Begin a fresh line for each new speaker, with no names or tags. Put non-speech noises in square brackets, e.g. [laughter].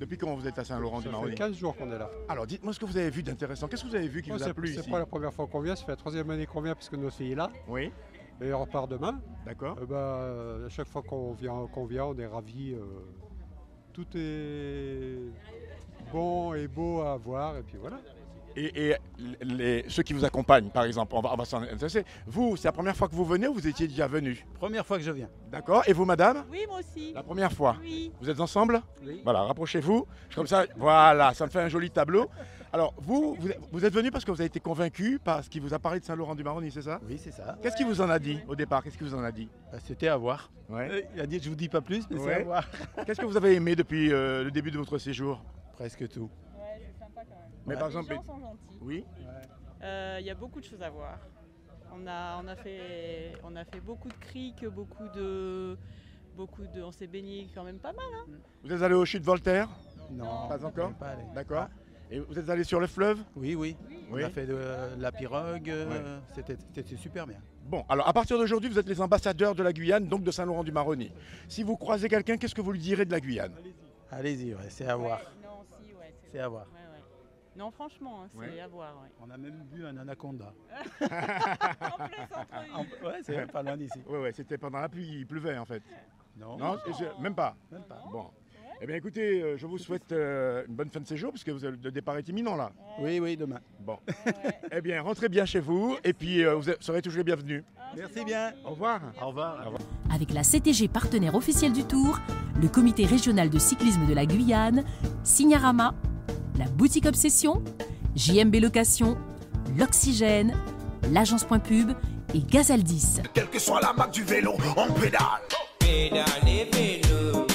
Depuis quand vous êtes à
Ça fait
Saint-Laurent-du-Maroni
15 jours qu'on est là.
Alors dites-moi ce que vous avez vu d'intéressant. Qu'est-ce que vous avez vu qui
Moi,
vous a
c'est
plu
c'est
ici
pas la première fois qu'on vient, ça fait la troisième année qu'on vient parce que notre fille est là
Oui,
et elle repart demain.
d'accord.
Euh, bah, euh, à chaque fois qu'on vient, qu'on vient, on est ravis. euh, tout est bon et beau à voir et puis voilà.
Et, et les- ceux qui vous accompagnent, par exemple, on va, on va s'en intéresser. Vous, c'est la première fois que vous venez ou vous étiez déjà venu
Première fois que je viens.
D'accord. Et vous, madame
Oui, moi aussi.
La première fois.
Oui.
Vous êtes ensemble
Oui.
Voilà, rapprochez-vous. Comme ça, voilà, ça me fait un joli tableau. Alors, vous, vous, vous êtes venu parce que vous avez été convaincu par ce qui vous a parlé de Saint-Laurent-du-Maroni, c'est ça
Oui, c'est ça.
Qu'est-ce qui vous en a dit au départ Qu'est-ce qui vous en a dit
Bah, C'était à voir.
Ouais.
Euh, Il a dit, je vous dis pas plus, mais c'est
Ouais.
à voir.
Qu'est-ce que vous avez aimé depuis euh, le début de votre séjour
Presque tout.
Ouais, c'est sympa quand même.
Mais
Ouais.
par
Les
exemple,
gens sont gentils.
oui,
Euh, Il y a beaucoup de choses à voir. On a, on a, fait, on a fait beaucoup de criques, beaucoup de. Beaucoup de, on s'est baigné quand même pas mal.
vous êtes allé aux chutes Voltaire,
Non,
Pas
on
encore
n'est pas allé.
d'accord Et vous êtes allé sur le fleuve
Oui, oui.
Oui.
On a fait de euh, la pirogue. euh, C'était c'était super bien.
Bon, alors à partir d'aujourd'hui, vous êtes les ambassadeurs de la Guyane, donc de Saint-Laurent-du-Maroni. Si vous croisez quelqu'un, qu'est-ce que vous lui direz de la Guyane
Allez-y, ouais, c'est à voir.
Ouais, non, si, ouais, c'est
C'est à voir.
ouais, ouais. Non, franchement, hein, c'est
Ouais.
à voir. ouais.
On a même bu un anaconda.
en plus, entre
[laughs] En-
nous.
Ouais, c'est pas loin d'ici.
Oui, oui, c'était pendant la pluie, il pleuvait en fait.
Non,
Non, c'est- c'est- même pas.
même pas.
Bon. Eh bien écoutez, euh, je vous souhaite euh, une bonne fin de séjour, puisque vous avez- le départ est imminent là.
Oui, oui, demain.
Bon.
Ouais, ouais.
Eh bien, rentrez bien chez vous, et puis euh, vous êtes- serez toujours les bienvenus.
Ah, c'est
Merci bien.
gentil.
Au revoir.
Au revoir.
Avec la CTG partenaire officielle du Tour, le comité régional de cyclisme de la Guyane, Signarama, la boutique Obsession, JMB Location, l'Oxygène, l'agence Point Pub et Gazaldis.
Quelle que soit la marque du vélo, on pédale.
pédalez, vélo.